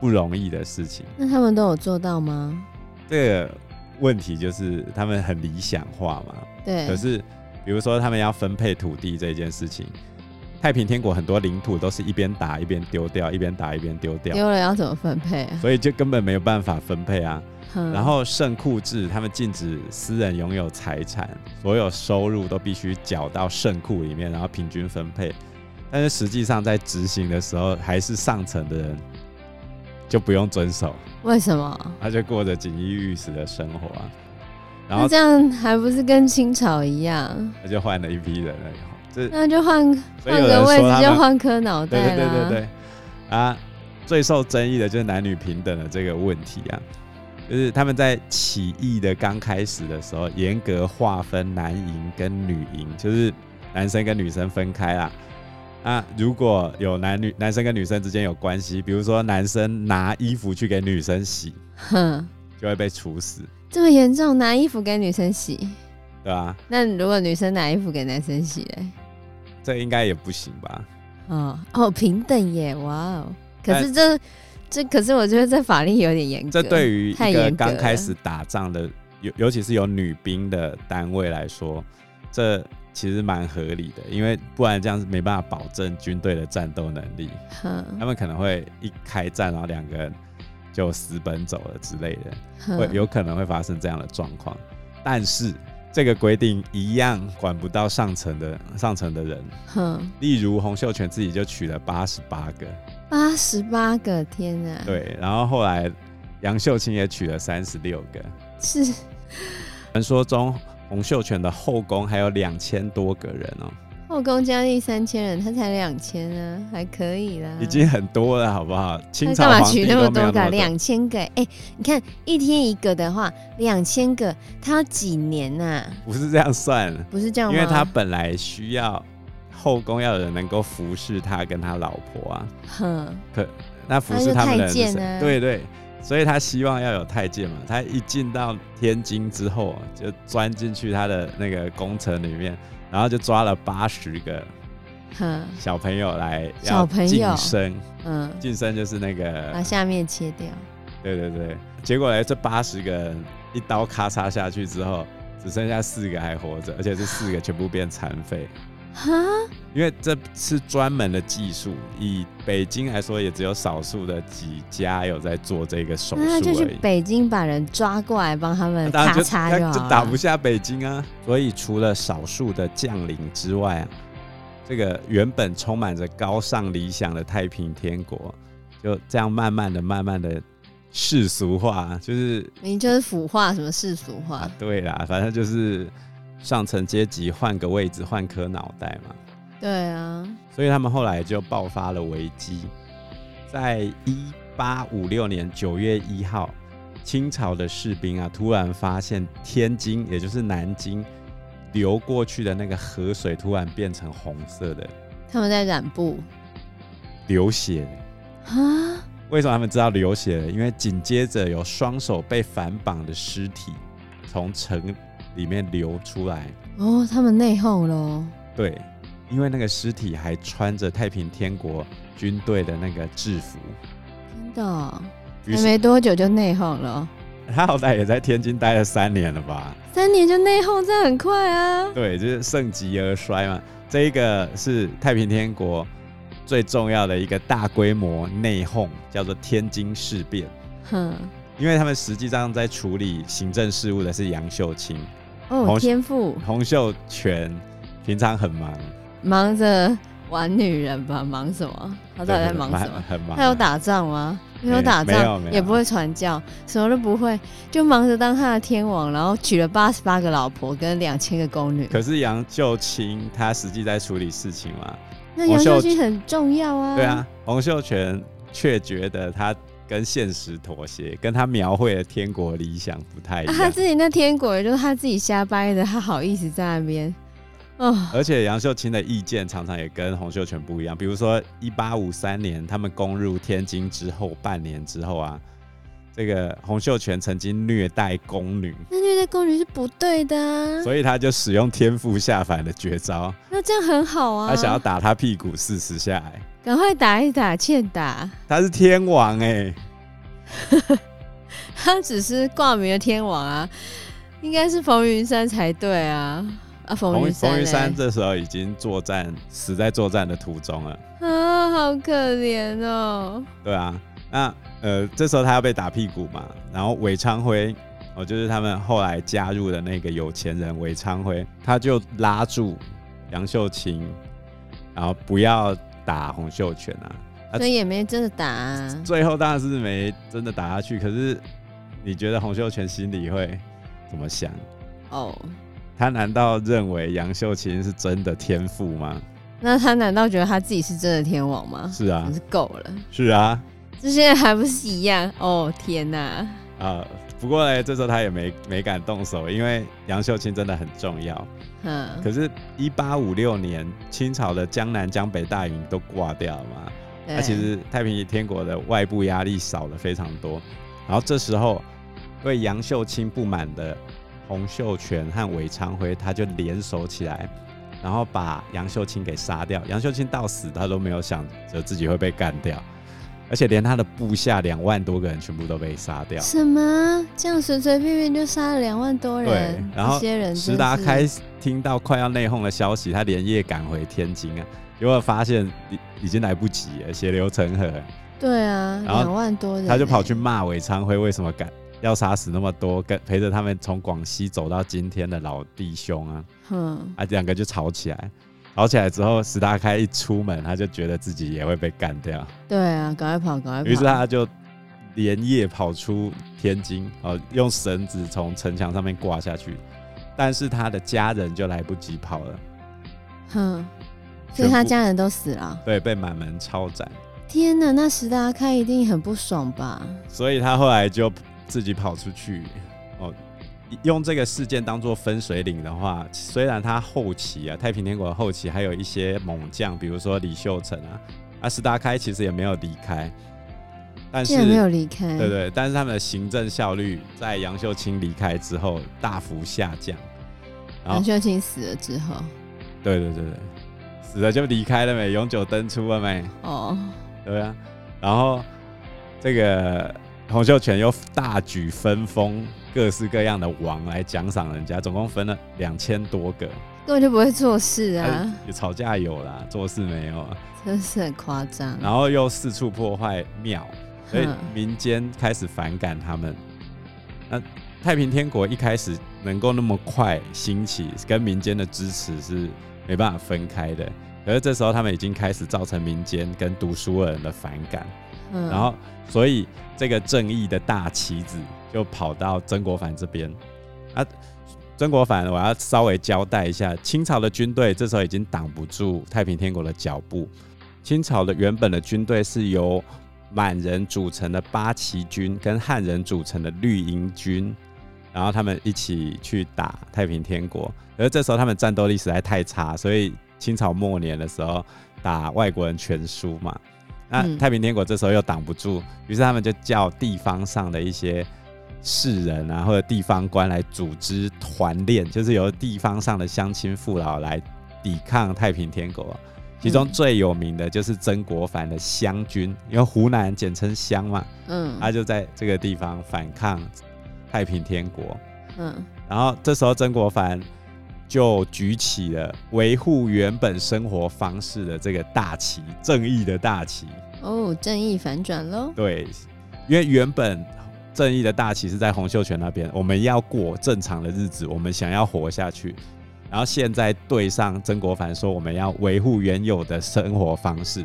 Speaker 2: 不容易的事情。
Speaker 3: 那他们都有做到吗？
Speaker 2: 这个问题就是他们很理想化嘛，
Speaker 3: 对，
Speaker 2: 可是，比如说他们要分配土地这件事情，太平天国很多领土都是一边打一边丢掉，一边打一边丢掉，
Speaker 3: 丢了要怎么分配 <laughs> 啊？
Speaker 2: 所以就根本没有办法分配啊。
Speaker 3: 哼
Speaker 2: 然后圣库制，他们禁止私人拥有财产，所有收入都必须缴到圣库里面，然后平均分配。但是实际上在执行的时候，还是上层的人就不用遵守，
Speaker 3: 为什么？
Speaker 2: 他就过着锦衣玉食的生活啊。然
Speaker 3: 那
Speaker 2: 后
Speaker 3: 这样还不是跟清朝一样？
Speaker 2: 他就换了一批人了，这
Speaker 3: 那就换
Speaker 2: 所以
Speaker 3: 换
Speaker 2: 有人
Speaker 3: 个位
Speaker 2: 说他
Speaker 3: 置就
Speaker 2: 们
Speaker 3: 换
Speaker 2: <laughs>
Speaker 3: 颗脑
Speaker 2: 对
Speaker 3: 袋
Speaker 2: 对
Speaker 3: 啦。
Speaker 2: 对对对，啊，最受争议的就是男女平等的这个问题啊，就是他们在起义的刚开始的时候，严格划分男营跟女营，就是男生跟女生分开啦。啊，如果有男女男生跟女生之间有关系，比如说男生拿衣服去给女生洗，
Speaker 3: 哼，
Speaker 2: 就会被处死，
Speaker 3: 这么严重，拿衣服给女生洗？
Speaker 2: 对吧、
Speaker 3: 那如果女生拿衣服给男生洗嘞？
Speaker 2: 这应该也不行吧？
Speaker 3: 哦哦，平等耶！哇哦，可
Speaker 2: 但
Speaker 3: 是这这可是我觉得这法律有点严格。
Speaker 2: 这对于
Speaker 3: 太
Speaker 2: 一个
Speaker 3: 严格
Speaker 2: 刚开始打仗的，尤尤其是有女兵的单位来说，这其实蛮合理的，因为不然这样是没办法保证军队的战斗能力，
Speaker 3: 哼
Speaker 2: 他们可能会一开战，然后两个人就死本走了之类的，会
Speaker 3: 哼，
Speaker 2: 有可能会发生这样的状况。但是这个规定一样管不到上层的上层的人，
Speaker 3: 哼，
Speaker 2: 例如洪秀全自己就娶了八十八个，
Speaker 3: 八十八个天啊！，
Speaker 2: 对，然后后来杨秀清也娶了三十六个。
Speaker 3: 是
Speaker 2: 传说中洪秀全的后宫还有两千多个人哦，
Speaker 3: 后宫佳丽三千人，他才两千啊，还可以啦。
Speaker 2: 已经很多了，好不好？清
Speaker 3: 他
Speaker 2: 朝
Speaker 3: 干嘛
Speaker 2: 皇帝
Speaker 3: 取
Speaker 2: 都
Speaker 3: 那
Speaker 2: 没有
Speaker 3: 么
Speaker 2: 那
Speaker 3: 多
Speaker 2: 么
Speaker 3: 个？
Speaker 2: 多
Speaker 3: 两千个、哎、你看一天一个的话，两千个，他要几年呐、
Speaker 2: 不是这样算，啊
Speaker 3: 不是这样
Speaker 2: 因
Speaker 3: 吗？
Speaker 2: 为他本来需要后宫要有人能够服侍他跟他老婆啊，
Speaker 3: 哼，
Speaker 2: 那服侍他们的人是
Speaker 3: 那
Speaker 2: 谁？
Speaker 3: 就太监啊
Speaker 2: 对对，所以他希望要有太监嘛。他一进到天津之后啊，就钻进去他的那个工程里面，然后就抓了八十个
Speaker 3: 哼，
Speaker 2: 小朋友来
Speaker 3: 小
Speaker 2: 要
Speaker 3: 朋友啊
Speaker 2: 晋升，
Speaker 3: 嗯，
Speaker 2: 晋升就是那个
Speaker 3: 把下面切掉，
Speaker 2: 对对对，结果呢，这八十个人一刀咔嚓下去之后，只剩下四个还活着，而且这四个全部变残废。
Speaker 3: 哈，
Speaker 2: 因为这是专门的技术，以北京来说，也只有少数的几家有在做这个手术
Speaker 3: 那他就去
Speaker 2: 而已。
Speaker 3: 北京把人抓过来帮他们
Speaker 2: 当然
Speaker 3: 咔
Speaker 2: 就
Speaker 3: 嚓就
Speaker 2: 就
Speaker 3: 好
Speaker 2: 打不
Speaker 3: 了。
Speaker 2: 下北京啊！所以除了少数的将领之外啊，这个原本充满着高尚理想的太平天国，就这样慢慢的、慢慢的世俗化，就是
Speaker 3: 你就是腐化什么世俗化
Speaker 2: 啊，，对啦，反正就是上层阶级换个位置，换颗脑袋嘛。
Speaker 3: 对啊，
Speaker 2: 所以他们后来就爆发了危机。在一八五六年九月一号，清朝的士兵啊，突然发现天津，也就是南京流过去的那个河水，突然变成红色的，
Speaker 3: 他们在染布
Speaker 2: 流血了。
Speaker 3: 啊，
Speaker 2: 为什么他们知道流血了？因为紧接着有双手被反绑的尸体从城里面流出来。
Speaker 3: 哦，他们内讧喽，
Speaker 2: 对，因为那个尸体还穿着太平天国军队的那个制服，
Speaker 3: 真的哦、
Speaker 2: 于
Speaker 3: 还
Speaker 2: 是
Speaker 3: 没多久就内讧了哦，
Speaker 2: 他好歹也在天津待了三年了吧？
Speaker 3: 三年就内讧，这很快啊。
Speaker 2: 对，就是盛极而衰嘛。这一个是太平天国最重要的一个大规模内讧，叫做天津事变。
Speaker 3: 哼，
Speaker 2: 因为他们实际上在处理行政事务的是杨秀清、
Speaker 3: 哦，
Speaker 2: 红
Speaker 3: 天赋
Speaker 2: 洪秀全，平常很忙，
Speaker 3: 哦忙着玩女人吧，忙什么？他到底在忙什么？
Speaker 2: 很忙啊。
Speaker 3: 他有打仗吗？没有
Speaker 2: 没
Speaker 3: 打
Speaker 2: 没有
Speaker 3: 仗
Speaker 2: 没，有
Speaker 3: 也不会传教，什么都不会，就忙着当他的天王，然后娶了八十八个老婆跟两千个宫女。
Speaker 2: 可是杨秀清他实际在处理事情嘛？
Speaker 3: 那杨
Speaker 2: 秀
Speaker 3: 秀清很重要啊。
Speaker 2: 对啊，，洪秀全却觉得他跟现实妥协，跟他描绘的天国理想不太一
Speaker 3: 啊他
Speaker 2: 样。
Speaker 3: 自己那天鬼就是他自己瞎掰的，他好意思在那边哦，
Speaker 2: 而且杨秀清的意见常常也跟洪秀全不一样，比如说一八五三年他们攻入天津之后半年之后啊，这个洪秀全曾经虐待宫女，
Speaker 3: 那虐待宫女是不对的啊。
Speaker 2: 所以他就使用天赋下凡的绝招，
Speaker 3: 那这样很好啊。
Speaker 2: 他想要打他屁股四十下、欸，
Speaker 3: 赶快打一打，欠打。 <laughs>
Speaker 2: 他是天王哎、
Speaker 3: 他只是挂名的天王啊，应该是冯云山才对啊。啊，冯
Speaker 2: 洪
Speaker 3: 云山、
Speaker 2: 洪
Speaker 3: 欸，
Speaker 2: 玉山这时候已经作战死在作战的途中了。
Speaker 3: 啊，好可怜哦。
Speaker 2: 对啊，那呃，这时候他要被打屁股嘛，然后韦昌辉，哦，就是他们后来加入的那个有钱人韦昌辉，他就拉住杨秀清，然后不要打洪秀全啊。啊
Speaker 3: 所以也没真的打、啊，
Speaker 2: 最后当然是没真的打下去，可是你觉得洪秀全心里会怎么想？
Speaker 3: 哦，
Speaker 2: 他难道认为杨秀清是真的天赋吗？
Speaker 3: 那他难道觉得他自己是真的天王吗？
Speaker 2: 是啊
Speaker 3: 真，是够了，
Speaker 2: 是啊，
Speaker 3: 这些人还不是一样？哦，天哪、
Speaker 2: 啊、不过呢，这时候他也没没敢动手，因为杨秀清真的很重要。
Speaker 3: 嗯，
Speaker 2: 可是，一八五六年清朝的江南、江北大营都挂掉了嘛，那、
Speaker 3: 对
Speaker 2: 啊其实太平天国的外部压力少了非常多。然后这时候对杨秀清不满的洪秀全和韦昌辉，他就联手起来，然后把杨秀清给杀掉。杨秀清到死，他都没有想着自己会被干掉，而且连他的部下两万多个人全部都被杀掉。
Speaker 3: 什么？这样随随便便就杀了两万多
Speaker 2: 对
Speaker 3: 人，，
Speaker 2: 然后
Speaker 3: 这些人
Speaker 2: 石达
Speaker 3: 真是
Speaker 2: 开听到快要内讧的消息，他连夜赶回天津啊，结果发现已已经来不及了，血流成河，
Speaker 3: 对啊，
Speaker 2: 然后
Speaker 3: 两万多人欸，
Speaker 2: 他就跑去骂韦昌辉为什么敢要杀死那么多跟陪着他们从广西走到今天的老弟兄啊，
Speaker 3: 哼，
Speaker 2: 啊两个就吵起来，吵起来之后，石达开一出门，他就觉得自己也会被干掉，
Speaker 3: 对啊，赶快跑，赶快跑。
Speaker 2: 于是他就。连夜跑出天津，哦，用绳子从城墙上面挂下去，但是他的家人就来不及跑了，
Speaker 3: 哼，所以他
Speaker 2: 全部
Speaker 3: 家人都死了。
Speaker 2: 对，被满门抄斩，
Speaker 3: 天哪，那时的阿开一定很不爽吧？
Speaker 2: 所以他后来就自己跑出去。哦，用这个事件当做分水岭的话，虽然他后期啊，太平天国的后期还有一些猛将，比如说李秀成啊，阿斯达开其实也没有离开，但是
Speaker 3: 竟然没有离开。
Speaker 2: 对对，但是他们的行政效率在杨秀清离开之后大幅下降。然后
Speaker 3: 杨，秀清死了之后，
Speaker 2: 对对对对，死了就离开了没，永久登出了没，
Speaker 3: 哦，
Speaker 2: 对啊。然后这个洪秀全又大举分封各式各样的王来奖赏人家，总共分了两千多个。
Speaker 3: 根本就不会做事
Speaker 2: 但
Speaker 3: 啊，
Speaker 2: 是吵架有啦，做事没有啊，
Speaker 3: 真是很夸张。
Speaker 2: 然后又四处破坏庙，所以
Speaker 3: 嗯哼
Speaker 2: 民间开始反感他们。那太平天国一开始能够那么快兴起，跟民间的支持是没办法分开的。可是这时候他们已经开始造成民间跟读书人的反感，
Speaker 3: 嗯
Speaker 2: 然后所以这个正义的大旗子就跑到曾国藩这边。啊，曾国藩，我要稍微交代一下，清朝的军队这时候已经挡不住太平天国的脚步。清朝的原本的军队是由满人组成的八旗军跟汉人组成的绿营军，然后他们一起去打太平天国。而这时候他们战斗力实在太差，所以清朝末年的时候打外国人全输嘛。那
Speaker 3: 嗯
Speaker 2: 太平天国这时候又挡不住，于是他们就叫地方上的一些士人啊，或者地方官来组织团练，就是由地方上的乡亲父老来抵抗太平天国。其中
Speaker 3: 嗯
Speaker 2: 最有名的就是曾国藩的湘军，因为湖南简称湘嘛，
Speaker 3: 嗯
Speaker 2: 他就在这个地方反抗太平天国。
Speaker 3: 嗯
Speaker 2: 然后这时候曾国藩就举起了维护原本生活方式的这个大旗，正义的大旗。
Speaker 3: 哦，正义反转喽。
Speaker 2: 对，因为原本正义的大旗是在洪秀全那边，我们要过正常的日子，我们想要活下去。然后现在对上曾国藩说，我们要维护原有的生活方式。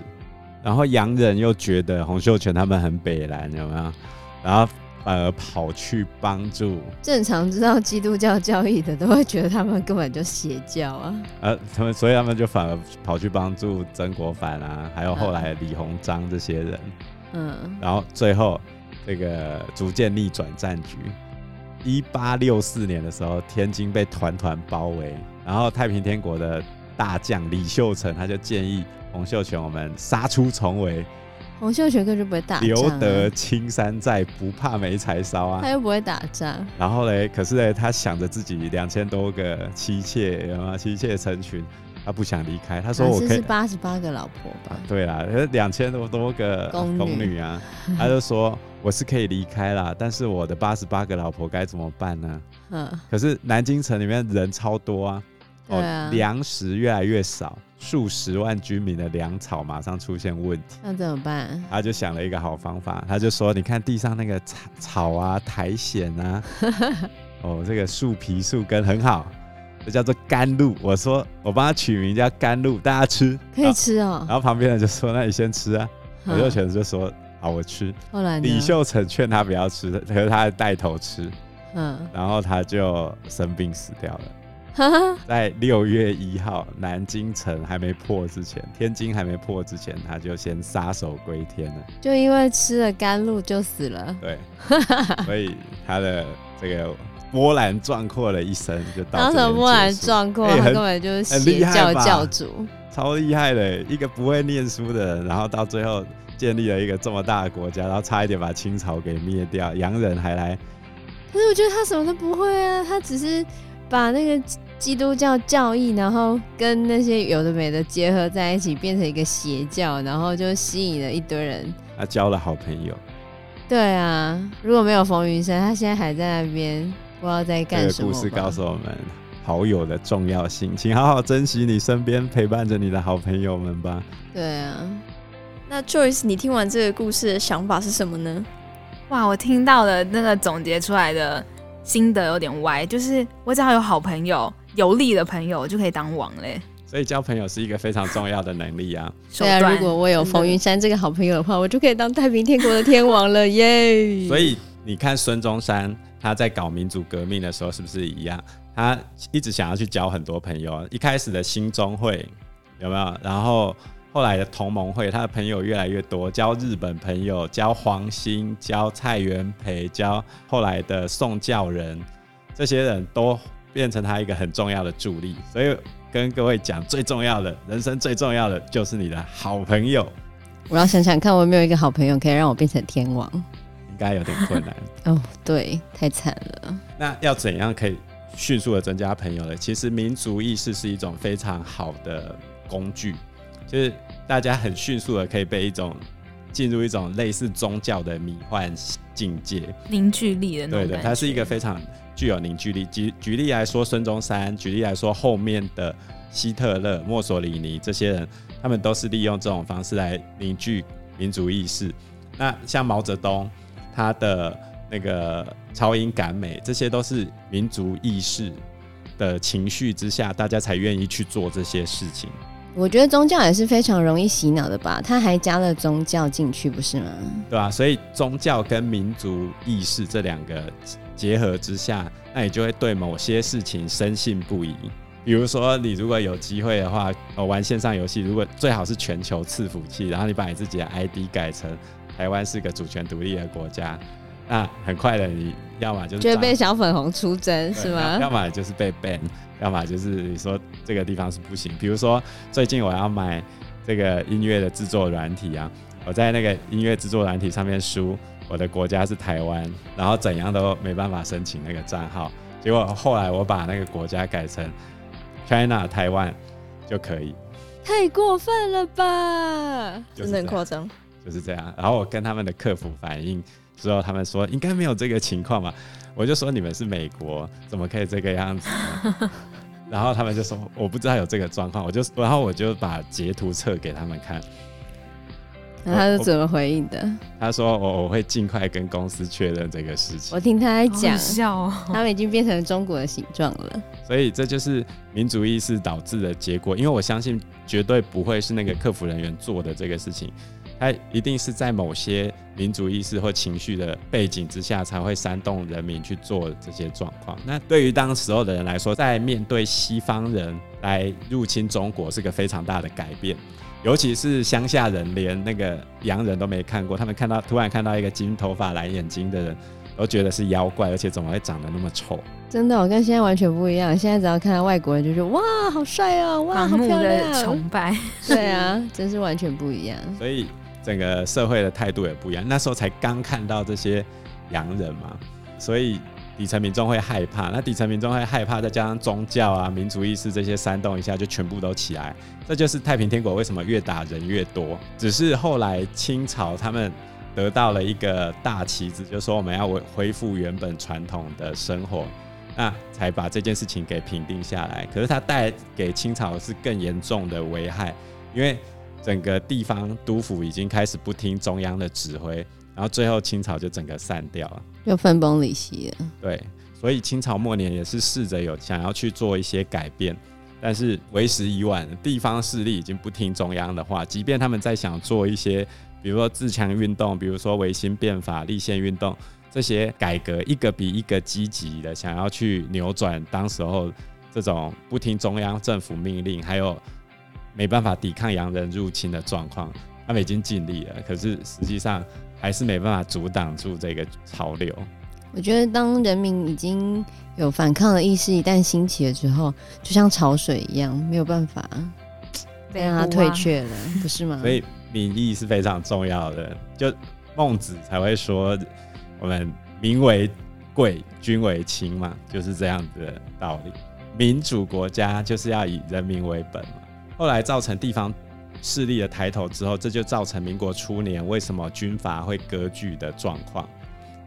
Speaker 2: 然后洋人又觉得洪秀全他们很北蓝，有没有？然后反而跑去帮助，
Speaker 3: 正常知道基督教教义的都会觉得他们根本就邪教啊。
Speaker 2: 呃，他们所以他们就反而跑去帮助曾国藩啊，还有后来李鸿章这些人。
Speaker 3: 嗯，
Speaker 2: 然后最后这个逐渐逆转战局。一八六四年的时候，天津被团团包围，然后太平天国的大将李秀成他就建议洪秀全我们杀出重围，
Speaker 3: 洪秀全根本就不会打仗、
Speaker 2: 留
Speaker 3: 啊，
Speaker 2: 得青山在，不怕没柴烧啊
Speaker 3: 他。又不会打仗。
Speaker 2: 然后嘞，可是嘞，他想着自己两千多个妻妾，有吗？妻妾成群，他不想离开。他说：“我
Speaker 3: 这
Speaker 2: 可以
Speaker 3: 是八十八个老婆吧
Speaker 2: 啊？，对啦，两千多多个
Speaker 3: 宫女
Speaker 2: 宫女啊，他就说我是可以离开啦，但是我的八十八个老婆该怎么办呢？
Speaker 3: 嗯，
Speaker 2: 可是南京城里面人超多啊，
Speaker 3: 对啊，
Speaker 2: 粮食越来越少，数十万居民的粮草马上出现问题。
Speaker 3: 那怎么办？
Speaker 2: 他就想了一个好方法，他就说：“你看地上那个草草啊、苔藓
Speaker 3: <laughs>
Speaker 2: 啊，哦，这个树皮、树根很好，这叫做甘露。”我说我帮他取名叫甘露，大家吃
Speaker 3: 可以吃哦、
Speaker 2: 然后旁边人就说：“那你先吃啊。”
Speaker 3: 嗯
Speaker 2: 洪秀全就说：“好，我吃。
Speaker 3: 后来”呢
Speaker 2: 李，秀成劝他不要吃，可是他带头吃，
Speaker 3: 嗯，
Speaker 2: 然后他就生病死掉了。
Speaker 3: 哈哈，
Speaker 2: 在六月一号，南京城还没破之前，天津还没破之前，他就先撒手归天了。
Speaker 3: 就因为吃了甘露就死了。 <laughs>
Speaker 2: 对，所以他的这个波澜壮阔的一生就到
Speaker 3: 然后
Speaker 2: 这
Speaker 3: 什
Speaker 2: 边
Speaker 3: 么波澜
Speaker 2: 结束
Speaker 3: 壮阔，
Speaker 2: 哎
Speaker 3: 他
Speaker 2: 很
Speaker 3: 根本就是
Speaker 2: 很
Speaker 3: 邪
Speaker 2: 厉害
Speaker 3: 教
Speaker 2: 吧
Speaker 3: 教主。
Speaker 2: 超厉害的，一个不会念书的人，然后到最后建立了一个这么大的国家，然后差一点把清朝给灭掉，洋人还来，
Speaker 3: 可是我觉得他什么都不会啊，他只是把那个基督教教义，然后跟那些有的没的结合在一起，变成一个邪教，然后就吸引了一堆人。
Speaker 2: 他交了好朋友，
Speaker 3: 对啊，如果没有冯云山，他现在还在那边不知道在
Speaker 2: 这
Speaker 3: 干
Speaker 2: 个
Speaker 3: 什么
Speaker 2: 故
Speaker 3: 吧。
Speaker 2: 事告诉我们好友的重要性，请好好珍惜你身边陪伴着你的好朋友们吧。
Speaker 3: 对啊，
Speaker 4: 那 Joyce，你听完这个故事的想法是什么呢？
Speaker 1: 哇，我听到的那个总结出来的心得有点歪，就是我只要有好朋友、有力的朋友，我就可以当王嘞。
Speaker 2: 所以交朋友是一个非常重要的能力啊。
Speaker 1: 手
Speaker 3: 对啊，
Speaker 1: 段
Speaker 3: 如果我有冯云山这个好朋友的话，我就可以当太平天国的天王
Speaker 4: <laughs>
Speaker 3: 了耶！
Speaker 2: 所以你看孙中山他在搞民主革命的时候是不是一样？他一直想要去交很多朋友，一开始的心中会有没有？然后后来的同盟会，他的朋友越来越多，交日本朋友，交黄兴，交蔡元培，交后来的宋教仁，这些人都变成他一个很重要的助力。所以跟各位讲，最重要的人生最重要的就是你的好朋友，
Speaker 3: 我要想想看，我有没有一个好朋友可以让我变成天王？
Speaker 2: 应该有点困难。
Speaker 3: 哦，对，太惨了。
Speaker 2: 那要怎样可以迅速的增加朋友呢？其实民族意识是一种非常好的工具，就是大家很迅速的可以被一种进入一种类似宗教的迷幻境界。
Speaker 1: 凝聚力的那种
Speaker 2: 对的，
Speaker 1: 感觉
Speaker 2: 它是一个非常具有凝聚力。举举例来说，孙中山；举例来说，后面的希特勒、墨索里尼这些人，他们都是利用这种方式来凝聚民族意识。那像毛泽东，他的那个超英赶美，这些都是民族意识的情绪之下，大家才愿意去做这些事情。
Speaker 3: 我觉得宗教也是非常容易洗脑的吧？他还加了宗教进去，不是吗？
Speaker 2: 对吧、所以宗教跟民族意识这两个结合之下，那你就会对某些事情深信不疑。比如说，你如果有机会的话，呃，玩线上游戏，如果最好是全球伺服器，然后你把你自己的 ID 改成台湾是个主权独立的国家，那很快的，你要么就是
Speaker 3: 就会
Speaker 2: 抓
Speaker 3: 被小粉红出
Speaker 2: 对
Speaker 3: 征是
Speaker 2: 要
Speaker 3: 吗
Speaker 2: 要？么就是被 ban，要么就是你说这个地方是不行。比如说最近我要买这个音乐的制作软体啊，我在那个音乐制作软体上面输我的国家是台湾，然后怎样都没办法申请那个账号。结果后来我把那个国家改成 China 台湾就可以，
Speaker 3: 太过分了吧！
Speaker 2: 就
Speaker 4: 真的
Speaker 2: 是这
Speaker 4: 很
Speaker 2: 样
Speaker 4: 夸张。
Speaker 2: 就是这样。然后我跟他们的客服反映之后，他们说应该没有这个情况吧？我就说你们是美国，怎么可以这个样子呢？ <laughs> 然后他们就说我不知道有这个状况，我就然后我就把截图测给他们看。
Speaker 3: 那他是怎么回应的？
Speaker 2: 他说我我会尽快跟公司确认这个事情
Speaker 3: 我，听他在
Speaker 1: 好
Speaker 3: 讲
Speaker 1: 好，笑哦，
Speaker 3: 他们已经变成中国的形状了。
Speaker 2: 所以这就是民族意识导致的结果。因为我相信绝对不会是那个客服人员做的这个事情，他一定是在某些民族意识或情绪的背景之下，才会煽动人民去做这些状况。那对于当时候的人来说，在面对西方人来入侵中国，是个非常大的改变。尤其是乡下人，连那个洋人都没看过，他们看到突然看到一个金头发蓝眼睛的人，都觉得是妖怪，而且怎么会长得那么丑？
Speaker 3: 真的，我跟现在完全不一样。现在只要看到外国人，就说哇，好帅哦，哇，
Speaker 1: 盲
Speaker 3: 好
Speaker 1: 目
Speaker 3: 漂
Speaker 1: 的
Speaker 3: 亮。
Speaker 1: 崇拜，
Speaker 3: 对啊，真是完全不一样。
Speaker 2: 所以整个社会的态度也不一样。那时候才刚看到这些洋人嘛，所以底层民众会害怕。那底层民众会害怕，再加上宗教啊、民族意识这些煽动一下，就全部都起来。这就是太平天国为什么越打人越多。只是后来清朝他们。得到了一个大旗子，就说我们要恢恢复原本传统的生活，那才把这件事情给平定下来。可是它带给清朝是更严重的危害，因为整个地方督府已经开始不听中央的指挥，然后最后清朝就整个散掉了。
Speaker 3: 又分崩离析了。
Speaker 2: 对，所以清朝末年也是试着有想要去做一些改变，但是为时已晚，地方势力已经不听中央的话，即便他们在想做一些，比如说自强运动，比如说维新变法、立宪运动这些改革，一个比一个积极的想要去扭转当时候这种不听中央政府命令，还有没办法抵抗洋人入侵的状况。他们已经尽力了，可是实际上还是没办法阻挡住这个潮流。
Speaker 3: 我觉得，当人民已经有反抗的意识一旦兴起了之后，就像潮水一样，没有办法再
Speaker 1: 啊
Speaker 3: 让它退却了，不是吗？
Speaker 2: 所以民意是非常重要的。就孟子才会说，我们民为贵，君为轻嘛，就是这样子的道理。民主国家就是要以人民为本嘛。后来造成地方势力的抬头之后，这就造成民国初年为什么军阀会割据的状况。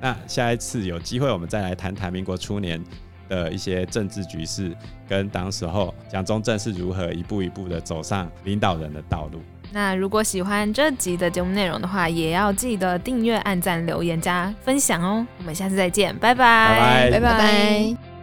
Speaker 2: 那下一次有机会，我们再来谈谈民国初年的一些政治局势，跟当时候蒋中正是如何一步一步的走上领导人的道路。
Speaker 1: 那如果喜欢这集的节目内容的话，也要记得订阅、按赞、留言、加分享哦。我们下次再见，拜拜，
Speaker 2: 拜拜
Speaker 3: 拜拜。